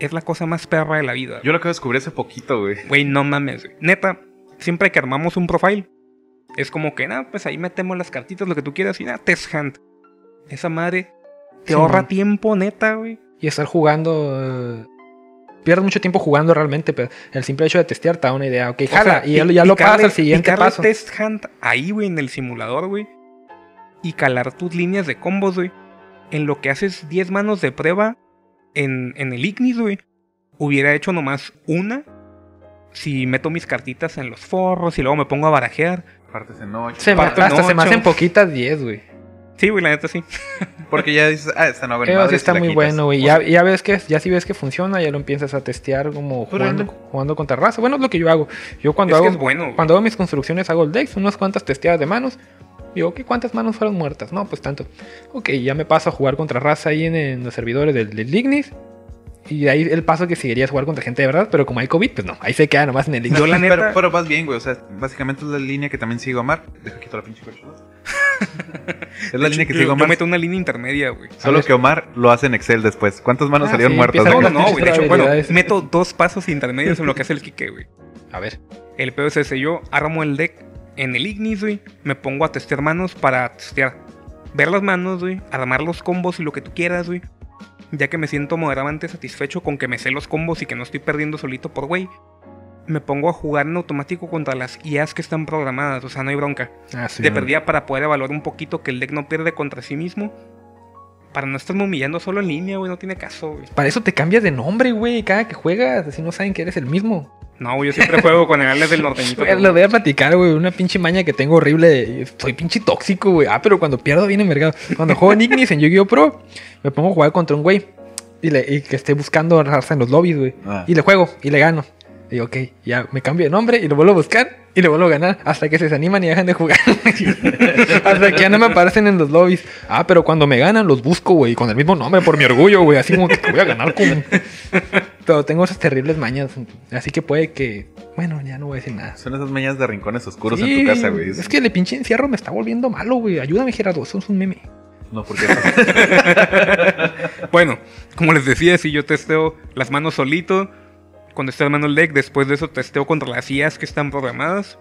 S2: es la cosa más perra de la vida.
S3: Yo lo que descubrí hace poquito, güey.
S2: Güey, no mames. güey. Neta, siempre que armamos un profile, es como que, nada, pues ahí metemos las cartitas, lo que tú quieras, y nada, test hand. Esa madre te
S1: Sí,
S2: ahorra
S1: man.
S2: tiempo, neta, güey.
S1: Y estar jugando. eh, pierdes mucho tiempo jugando realmente, pero el simple hecho de testear te da una idea. Ok,
S2: O
S1: jala.
S2: sea,
S1: y ya,
S2: pi-
S1: lo- ya lo
S2: picarle-
S1: pasas al siguiente
S2: picarle
S1: paso.
S2: test hand ahí, güey, en el simulador, güey. Y calar tus líneas de combos, güey. En lo que haces 10 manos de prueba en, en el Ignis, güey. Hubiera hecho nomás una. Si meto mis cartitas en los forros y luego me pongo a barajear.
S3: Partes de noche.
S1: Se me-
S2: parto
S1: hasta
S2: en
S1: se me
S2: ocho.
S1: hacen poquitas 10, güey.
S2: Sí, güey, la neta sí.
S3: Porque ya dices, ah, esta no vale
S1: Pero
S3: madre,
S1: sí Eh, está
S3: si la
S1: muy
S3: quitas.
S1: bueno, güey.
S3: O
S2: Pues
S1: Ya,
S3: sea,
S1: ya ves que, ya si ves que funciona, ya lo empiezas a testear como
S3: Pero
S1: jugando, jugando contra raza. Bueno, es lo que yo hago. Yo cuando
S2: es
S1: hago,
S2: que es bueno, güey.
S1: cuando hago mis construcciones hago el deck, unas cuantas testeadas de manos. Digo, ¿qué cuántas manos fueron muertas? No, pues tanto. Ok, ya me paso a jugar contra raza ahí en, en los servidores del, del Ignis. Y de ahí el paso que seguiría es jugar contra gente de verdad, pero como hay COVID, pues no, ahí se queda nomás en el Ignis.
S2: Yo la neta.
S3: Pero, pero vas bien, güey. O sea, básicamente es la línea que también sigo a Mar. Deja quito la pinche coche. es la línea que
S2: yo,
S3: sigo a
S2: yo
S3: Mar.
S2: meto una línea intermedia, güey.
S1: A
S3: Solo
S1: ver.
S3: que Omar lo hace en Excel después. ¿Cuántas manos
S1: Ah,
S3: salieron
S1: sí,
S3: muertas?
S1: empieza
S3: de
S2: No,
S1: con
S2: no,
S3: acá?
S1: las
S2: no, güey. De hecho, bueno,
S1: probabilidades.
S2: meto dos pasos intermedios en lo que hace el Kike, güey.
S1: A ver.
S2: El pedo es ese, yo armo el deck en el Ignis, güey. Me pongo a testear manos para testear. Ver las manos, güey. Armar los combos y lo que tú quieras, güey. Ya que me siento moderadamente satisfecho con que me sé los combos y que no estoy perdiendo solito por güey. Me pongo a jugar en automático contra las IAs que están programadas, o sea, no hay bronca.
S1: Ah, sí,
S2: de
S1: no.
S2: perdida para poder evaluar un poquito que el deck no pierde contra sí mismo. Para no estarme humillando solo en línea, güey, no tiene caso, güey.
S1: Para eso te cambias de nombre, güey, cada que juegas, así no saben que eres el mismo.
S2: No, güey, yo siempre juego con el Alex del norteñito.
S1: Güey,
S2: güey.
S1: Les voy a platicar, güey, una pinche maña que tengo horrible. de- Soy pinche tóxico, güey. Ah, pero cuando pierdo bien envergado. Cuando juego en Ignis en Yu-Gi-Oh! Pro, me pongo a jugar contra un güey. Y, le- y que esté buscando raza en los lobbies, güey.
S3: Ah.
S1: Y le juego y le gano. Y ok, ya me cambio de nombre y lo vuelvo a buscar y lo vuelvo a ganar hasta que se desaniman y dejan de jugar. hasta que ya no me aparecen en los lobbies. Ah, pero cuando me ganan los busco, güey, con el mismo nombre por mi orgullo, güey. Así como que te voy a ganar con... Pero tengo esas terribles mañas. Así que puede que... Bueno, ya no voy a decir nada.
S3: Son esas mañas de rincones oscuros
S1: Sí,
S3: en tu casa, güey.
S1: Es que el pinche encierro me está volviendo malo, güey. Ayúdame, Gerardo. Eso es un meme.
S3: No, porque.
S2: Bueno, como les decía, si yo testeo las manos solito, cuando está armando el deck, después de eso testeo contra las IAs que están programadas.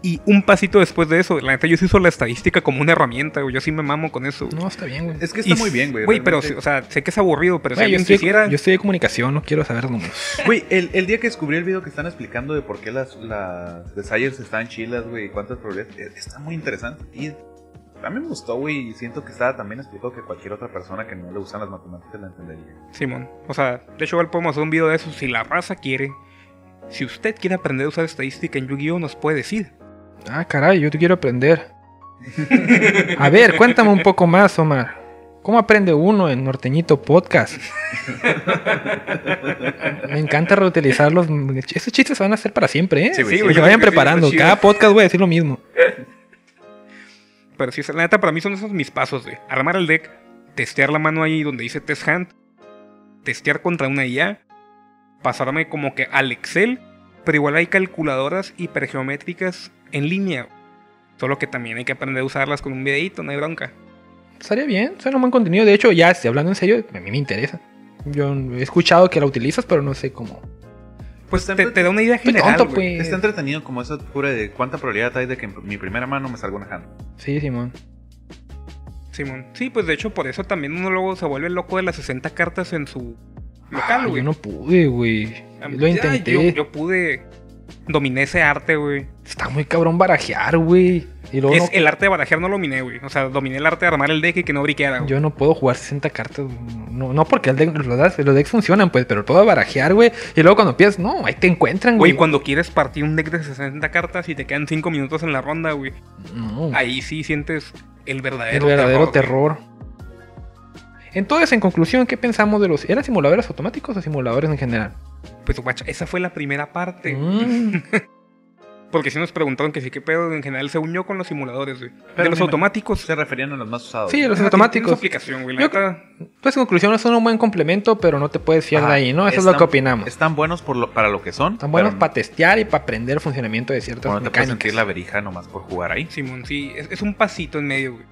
S2: Y un pasito después de eso, la neta, yo sí uso la estadística como una herramienta, güey. Yo sí me mamo con eso.
S1: No, está bien, güey.
S3: es que está
S2: Y-
S3: muy bien, güey.
S2: Güey, pero, sí,
S3: realmente.
S2: o sea, sé que es aburrido, pero si
S1: Güey, yo,
S2: alguien
S1: estoy,
S2: quisiera.
S1: yo estoy de comunicación, no quiero saber números.
S3: Güey, el, el día que descubrí el video que están explicando de por qué las, las desires están chilas, güey, y cuántas probabilidades. e- Está muy interesante. Y a mí me gustó, güey. Y siento que estaba también explicado que cualquier otra persona que no le gustan las matemáticas la entendería.
S2: Simón. O sea, de hecho, igual podemos hacer un video de eso si la raza quiere. Si usted quiere aprender a usar estadística en Yu-Gi-Oh, nos puede decir.
S1: Ah, caray, yo te quiero aprender. A ver, cuéntame un poco más, Omar. ¿Cómo aprende uno en Norteñito Podcast? Me encanta reutilizarlos. Esos chistes se van a hacer para siempre, ¿eh?
S3: Sí, güey, sí,
S1: que
S2: yo
S1: se
S2: creo
S1: vayan
S2: que sí,
S1: preparando.
S2: está chido.
S1: Cada podcast voy a decir lo mismo.
S2: Pero sí, la neta, para mí son esos mis pasos de armar el deck, testear la mano ahí donde dice test hand, testear contra una IA, pasarme como que al Excel, pero igual hay calculadoras hipergeométricas en línea. Solo que también hay que aprender a usarlas con un videito, no hay bronca.
S1: Estaría bien, suena un buen contenido. De hecho, ya, si hablando en serio, a mí me interesa. Yo he escuchado que la utilizas, pero no sé cómo.
S2: Pues
S3: Está
S2: te,
S3: entre-
S2: te da una idea
S1: Estoy
S2: general.
S1: tonto,
S2: güey.
S1: pues.
S3: Está entretenido como esa cura de cuánta probabilidad hay de que en mi primera mano me salga una hand.
S1: Sí, Simón.
S2: Simón. Sí, pues de hecho por eso también uno luego se vuelve loco de las 60 cartas en su
S1: Ah,
S2: local,
S1: yo
S2: güey.
S1: no pude, güey. Lo
S2: Ya,
S1: intenté.
S2: Yo, yo pude... Dominé ese arte, güey.
S1: Está muy cabrón barajear, güey. Y luego
S2: Es
S1: no-
S2: el arte de barajear no lo dominé, güey. O sea, dominé el arte de armar el deck y que no briqueara, güey.
S1: yo no puedo jugar 60 cartas. güey. No, no porque el deck- los, decks, los decks funcionan, pues, pero puedo barajear, güey. Y luego cuando empiezas, no, ahí te encuentran, güey.
S2: Güey, cuando quieres partir un deck de 60 cartas y te quedan 5 minutos en la ronda, güey.
S1: No,
S2: Ahí sí sientes el
S1: Mm. el
S2: verdadero,
S1: verdadero
S2: terror.
S1: terror. Entonces, en conclusión, ¿qué pensamos de los. ¿Eran simuladores automáticos o simuladores en general?
S2: güey. Pues guacha, esa fue la primera parte.
S1: Mm.
S2: Porque si nos preguntaron que sí, qué pedo en general se unió con los simuladores, güey.
S3: Pero
S2: De los
S3: me
S2: automáticos.
S3: Se referían a los más usados.
S1: Sí,
S3: güey.
S1: los
S2: Ah, tiene su
S1: automáticos.
S2: aplicación, güey. La
S1: Yo-
S2: neta,
S1: Pues en conclusión son un buen complemento, pero no te puedes fiar de
S3: Ajá,
S1: ahí, ¿no? Eso es
S3: están-
S1: lo que opinamos.
S3: Están buenos por lo, para lo que son.
S1: Están buenos
S3: pero
S1: para testear y para aprender el funcionamiento de ciertas
S3: No no te puedes
S1: mecánicas.
S3: sentir la verija nomás por jugar ahí.
S2: Simón, sí, es, es un pasito en medio, güey.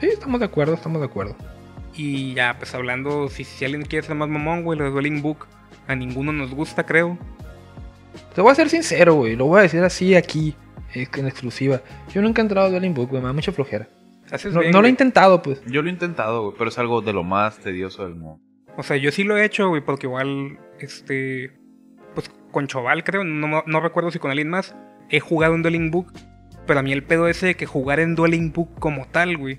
S1: Sí, estamos de acuerdo, estamos de acuerdo.
S2: Y ya, pues hablando, si, si alguien quiere ser más mamón, güey, los Dueling Book a ninguno nos gusta, creo.
S1: Te voy a ser sincero, güey. Lo voy a decir así aquí, eh, en exclusiva. Yo nunca he entrado a Dueling Book, güey. Me da mucha flojera.
S2: Haces
S1: No,
S2: bien,
S1: no lo he
S2: güey.
S1: intentado, pues.
S3: Yo lo he intentado, güey, pero es algo de lo más tedioso del mundo.
S2: O sea, yo sí lo he hecho, güey, porque igual, este, pues con Choval, creo, no, no recuerdo si con alguien más, he jugado en Dueling Book, pero a mí el pedo ese de que jugar en Dueling Book como tal, güey,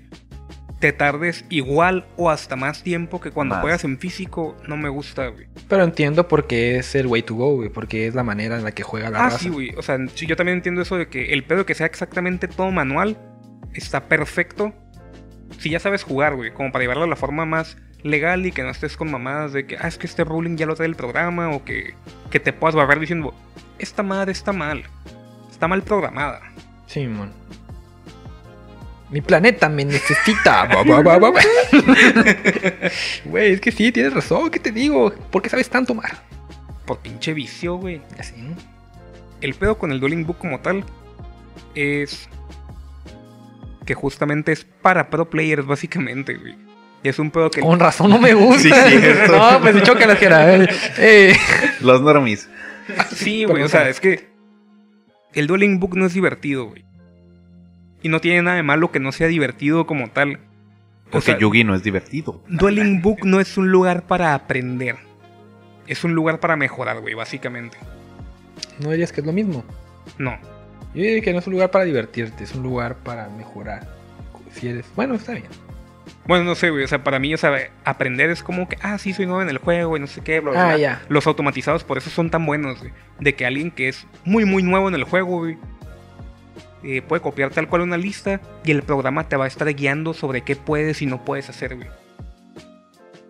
S2: te tardes igual o hasta más tiempo que cuando
S3: Más.
S2: juegas en físico, no me gusta, güey.
S1: Pero entiendo por qué es el way to go, güey. Porque es la manera en la que juega la
S2: Ah,
S1: raza.
S2: sí, güey, o sea, sí, yo también entiendo eso de que el pedo de que sea exactamente todo manual está perfecto. Si ya sabes jugar, güey, como para llevarlo a la forma más legal y que no estés con mamadas de que, ah, es que este ruling ya lo trae el programa o que, que te puedas barrer diciendo, esta madre está mal, está mal programada.
S1: Simón. Mi planeta me necesita. Ba, ba, ba, ba, ba. Güey, es que sí, tienes razón. ¿Qué te digo? ¿Por qué sabes tanto, Mar?
S2: Por pinche vicio, güey.
S1: Así.
S2: El pedo con el Dueling Book como tal es que justamente es para pro players, básicamente, güey. Y es un pedo que...
S1: Con razón no me gusta.
S3: Sí, cierto.
S1: no, pues choca la jera. Eh, eh.
S3: Los normies.
S2: Sí, güey, o sea, es que el Dueling Book no es divertido, güey. Y no tiene nada de malo que no sea divertido como tal. O
S3: Porque
S2: sea-
S3: Yugi no es divertido.
S2: Dueling Book no es un lugar para aprender. Es un lugar para mejorar, güey, básicamente.
S1: No dirías que es lo mismo.
S2: No.
S1: Yo diría que no es un lugar para divertirte, es un lugar para mejorar. Si eres. Bueno, está bien.
S2: Bueno, no sé, güey, o sea, para mí, o sea, aprender es como que, ah, sí, soy nuevo en el juego y no sé qué, bla, bla,
S1: Ah,
S2: bla.
S1: ya.
S2: Los automatizados por eso son tan buenos, güey. De que alguien que es muy, muy nuevo en el juego, güey, eh, puede copiar tal cual una lista y el programa te va a estar guiando sobre qué puedes y no puedes hacer, güey.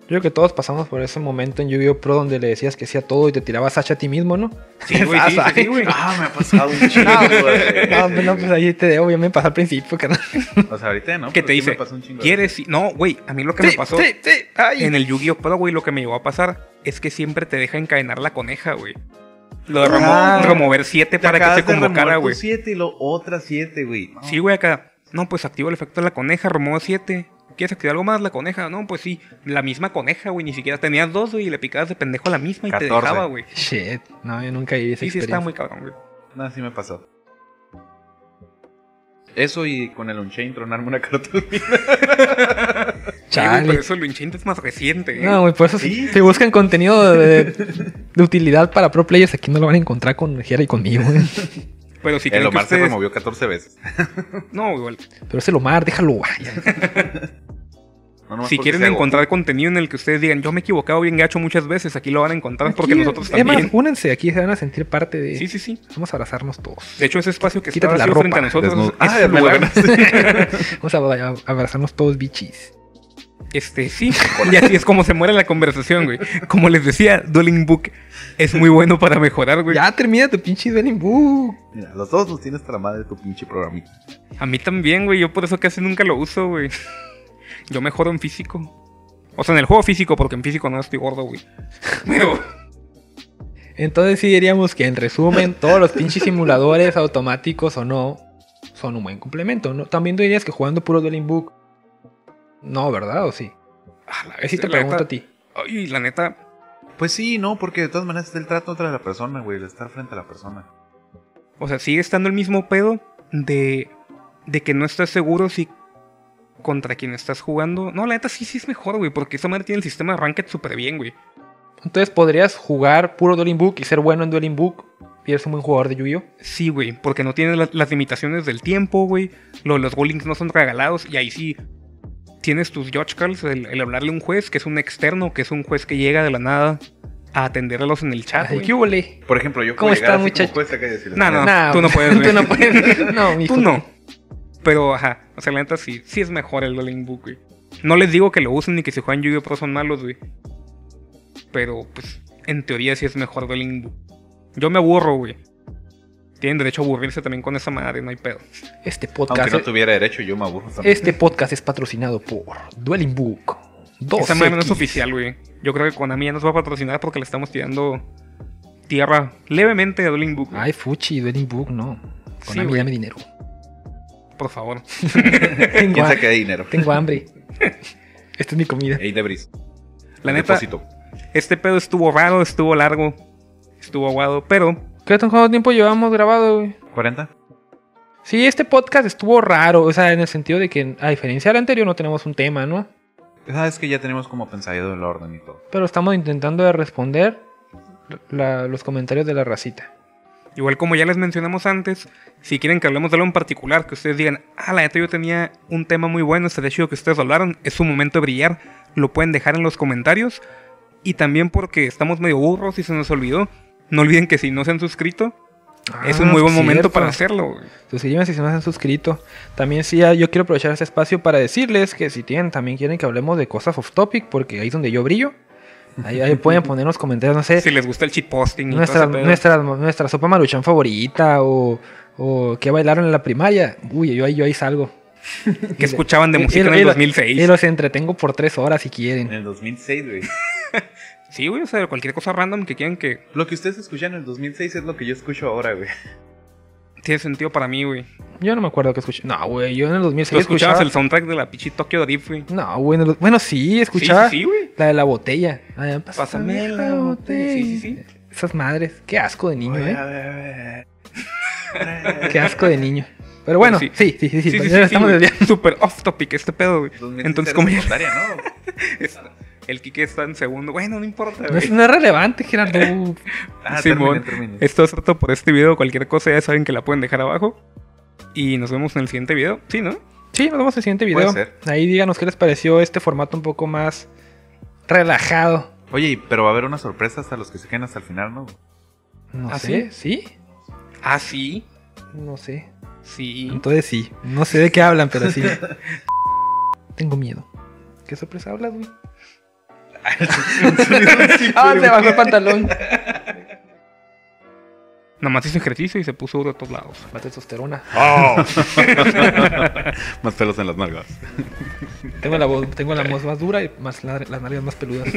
S1: Yo creo que todos pasamos por ese momento en Yu-Gi-Oh! Pro donde le decías que sí a todo y te tirabas hacha a ti mismo, ¿no?
S2: Sí, güey, sí, sí, sí, güey.
S3: Ah, me ha pasado un chingo, güey.
S1: No, pues, no, pues ahí te debo, ya me pasó al principio, carnal.
S3: O sea, ahorita no.
S2: ¿Qué
S3: pero
S2: te
S3: sí
S2: dice?
S3: me pasó un chingo de-
S2: ¿Quieres? y- No, güey, a mí lo que me pasó
S1: Sí, sí, ay.
S2: en el Yu-Gi-Oh! Pro, güey, lo que me llegó a pasar es que siempre te deja encadenar la coneja, güey. Lo de remo-
S3: Ah.
S2: remover 7
S3: Te
S2: para que
S3: acabas
S2: se
S3: de remover
S2: convocara,
S3: tus
S2: güey.
S3: siete y lo otra siete, güey. No.
S2: Sí, güey, acá. No, pues activo el efecto de la coneja, remuevo 7. ¿Quieres activar algo más? La coneja. No, pues sí. La misma coneja, güey. Ni siquiera tenías dos, güey. Y le picabas de pendejo a la misma y te
S3: 14.
S2: dejaba, güey.
S1: Shit, no, yo nunca viví esa
S2: Sí, sí,
S1: experiencia.
S2: está muy cabrón, güey.
S3: No, sí me pasó. Eso y con el Unchain tronarme una cartulina.
S2: Sí, güey,
S1: Chale.
S2: pero eso lo hinchante es más reciente, eh. güey.
S1: No, güey, por eso si,
S3: Sí.
S1: si buscan contenido de, de utilidad para pro players, aquí no lo van a encontrar con Jera y conmigo, güey.
S2: Pero si
S3: El
S2: creen que
S3: Omar se
S2: ustedes...
S3: removió 14 veces.
S2: No, güey.
S1: Pero es el Omar, déjalo, vaya.
S3: No, nomás
S2: Si
S3: porque
S2: quieren
S3: sea
S2: encontrar contenido en el que ustedes digan, yo me he equivocado bien gacho muchas veces, aquí lo van a encontrar porque
S1: Aquí,
S2: nosotros
S1: Es más,
S2: también.
S1: únense, aquí se van a sentir parte de.
S2: Sí, sí, sí.
S1: Vamos a abrazarnos todos.
S2: De hecho, ese espacio que
S1: Quítate
S2: está
S1: la
S2: vacío
S1: ropa.
S2: frente a nosotros
S3: Desnudo.
S2: es
S3: Ah,
S2: su
S3: me la
S2: lugar.
S3: ganaste.
S1: Vamos a, a- a abrazarnos todos, bichis.
S2: Este, sí. Y así es como se muere la conversación, güey. Como les decía, Dueling Book es muy bueno para mejorar, güey.
S1: Ya termina tu pinche Dueling Book.
S3: Mira, los dos los tienes tramada de tu pinche programita.
S2: A mí también, güey. Yo por eso casi nunca lo uso, güey. Yo mejoro en físico. O sea, en el juego físico, porque en físico no estoy gordo, güey. Pero
S1: Entonces sí diríamos que en resumen, todos los pinches simuladores automáticos o no son un buen complemento. ¿no? También tú dirías que jugando puro Dueling Book. No, ¿verdad? ¿O sí?
S2: a la
S1: Ahí sí te
S2: la
S1: pregunto
S2: neta-
S1: a ti.
S2: Ay, la neta,
S3: Pues sí, no, porque de todas maneras está el trato entre la persona, güey. El estar frente a la persona.
S2: O sea, sigue estando el mismo pedo de, de que no estás seguro si contra quién estás jugando. No, la neta sí, sí es mejor, güey, porque esa madre tiene el sistema de ranked súper bien, güey.
S1: Entonces podrías jugar puro Dueling Book y ser bueno en Dueling Book y eres un buen jugador de Yu-Gi-Oh.
S2: Sí, güey, porque no tiene la- las limitaciones del tiempo, güey. Lo- los rulings no son regalados y ahí sí tienes tus judge calls, el, el hablarle a un juez que es un externo, que es un juez que llega de la nada a atenderlos en el chat,
S1: Así
S2: Ah, güey.
S1: que volé.
S3: Por ejemplo, yo
S1: ¿Cómo
S3: puedo llegar
S1: está,
S3: así como
S1: muchacho?
S3: juez acá y decirles,
S2: No, no,
S3: "Mira,
S2: tú no puedes, güey.
S1: tú no puedes. No, mijo.
S2: Tú no. Pero, ajá, o sea, la neta sí, sí es mejor el Dueling Book, güey. No les digo que lo usen ni que si juegan Yu-Gi-Oh! Pro son malos, güey. Pero, pues, en teoría sí es mejor Dueling Book. Yo me aburro, güey. Tienen derecho a aburrirse también con esa madre, no hay pedo.
S1: Este
S3: Aunque
S1: podcast,
S3: no tuviera derecho, yo me aburro también.
S1: este podcast es patrocinado por Dueling Book. 2
S2: esa madre no es oficial, güey. Yo creo que Konami ya nos va a patrocinar porque le estamos tirando tierra levemente a Dueling Book. güey.
S1: Ay, Fuchi, Dueling Book, no. Con
S2: Sí, güey.
S1: mi dinero.
S2: por favor.
S1: Tengo,
S3: ¿Quién
S1: ha-
S3: saca dinero?
S1: tengo hambre. Esta es mi comida.
S3: Ey, Debris.
S2: La
S3: el
S2: neta,
S3: depósito.
S2: este pedo estuvo raro, estuvo largo, estuvo aguado, pero
S1: ¿Qué tan cuánto tiempo llevamos grabado, güey?
S3: ¿40?
S1: Sí, este podcast estuvo raro, o sea, en el sentido de que, a diferencia del anterior, no tenemos un tema, ¿no?
S3: Sabes que ya tenemos como pensado el orden y todo.
S1: Pero estamos intentando de responder la- los comentarios de la racita.
S2: Igual como ya les mencionamos antes, si quieren que hablemos de algo en particular, que ustedes digan, ah, la neta yo tenía un tema muy bueno, estaría chido que ustedes hablaron, es su momento de brillar, lo pueden dejar en los comentarios. Y también porque estamos medio burros y se nos olvidó, no olviden que si no se han suscrito,
S1: Ah,
S2: es un muy buen momento para
S1: hacer.
S2: hacerlo. güey.
S1: Suscríbanse si no se han suscrito. También sí, ah, yo quiero aprovechar este espacio para decirles que si tienen, también quieren que hablemos de cosas off topic, porque ahí es donde yo brillo. Ahí, ahí pueden ponernos comentarios, no sé,
S2: Si les gusta el cheat posting y
S1: Eh, nuestra,
S2: todo ese pedo.
S1: nuestra, nuestra sopa maruchan favorita o, o qué bailaron en la primaria. Uy, yo ahí, yo ahí salgo.
S2: que escuchaban de música en el 2006.
S1: Y los entretengo por tres horas si
S3: En
S1: quieren.
S3: el 2006, güey.
S2: Sí, güey, o sea, cualquier cosa random que quieran que
S3: Lo que ustedes escuchan en el 2006 es lo que yo escucho ahora, güey.
S2: tiene sentido para mí, güey.
S1: Yo no me acuerdo que escuché. No, güey, yo en el 2006
S2: Tú escuchabas
S1: escuchaba-
S2: el soundtrack de la pichi Tokyo Drift, güey.
S1: No, güey, en el- bueno, sí, escuchaba
S2: Sí, sí, sí, güey.
S1: la de la botella. Ah, ya,
S2: Pásame la botella. Sí, sí, sí.
S1: Esas madres, qué asco de niño,
S3: Oye, a
S1: ¿eh?
S3: ver,
S1: Qué asco de niño. Pero bueno, sí,
S2: Pues Sí.
S1: sí, sí, sí,
S2: Sí, sí, sí,
S1: ya
S2: sí,
S1: estamos
S2: güey.
S1: desviando.
S2: Súper off topic este pedo, güey.
S3: 2006
S2: Entonces,
S3: era
S2: como ya
S3: secundaria, ¿no?
S2: está- el Kike está en segundo, bueno, no importa,
S1: No es,
S2: güey.
S1: no es relevante, Gerardo.
S3: Ah,
S2: Simón.
S3: terminé, terminé.
S2: Esto es todo por este video. Cualquier cosa ya saben que la pueden dejar abajo. Y nos vemos en el siguiente video. Sí, ¿no?
S1: Sí, nos vemos en el siguiente
S3: Puede
S1: video.
S3: ser.
S1: Ahí díganos qué les pareció este formato un poco más relajado.
S3: Oye, pero va a haber una sorpresa hasta los que se queden hasta el final, ¿no?
S1: No
S2: ¿Ah,
S1: sé, ¿sí?
S2: Ah, sí.
S1: No sé.
S2: Sí.
S1: Entonces sí. No sé de qué hablan, pero sí. Tengo miedo. ¿Qué sorpresa hablas, güey? ah, se bajó el pantalón.
S2: Nomás hizo ejercicio y se puso de todos lados.
S1: La testosterona.
S3: ¡Oh! Más pelos en las nalgas.
S1: Tengo la voz, tengo la voz más dura y más la- las nalgas más peludas.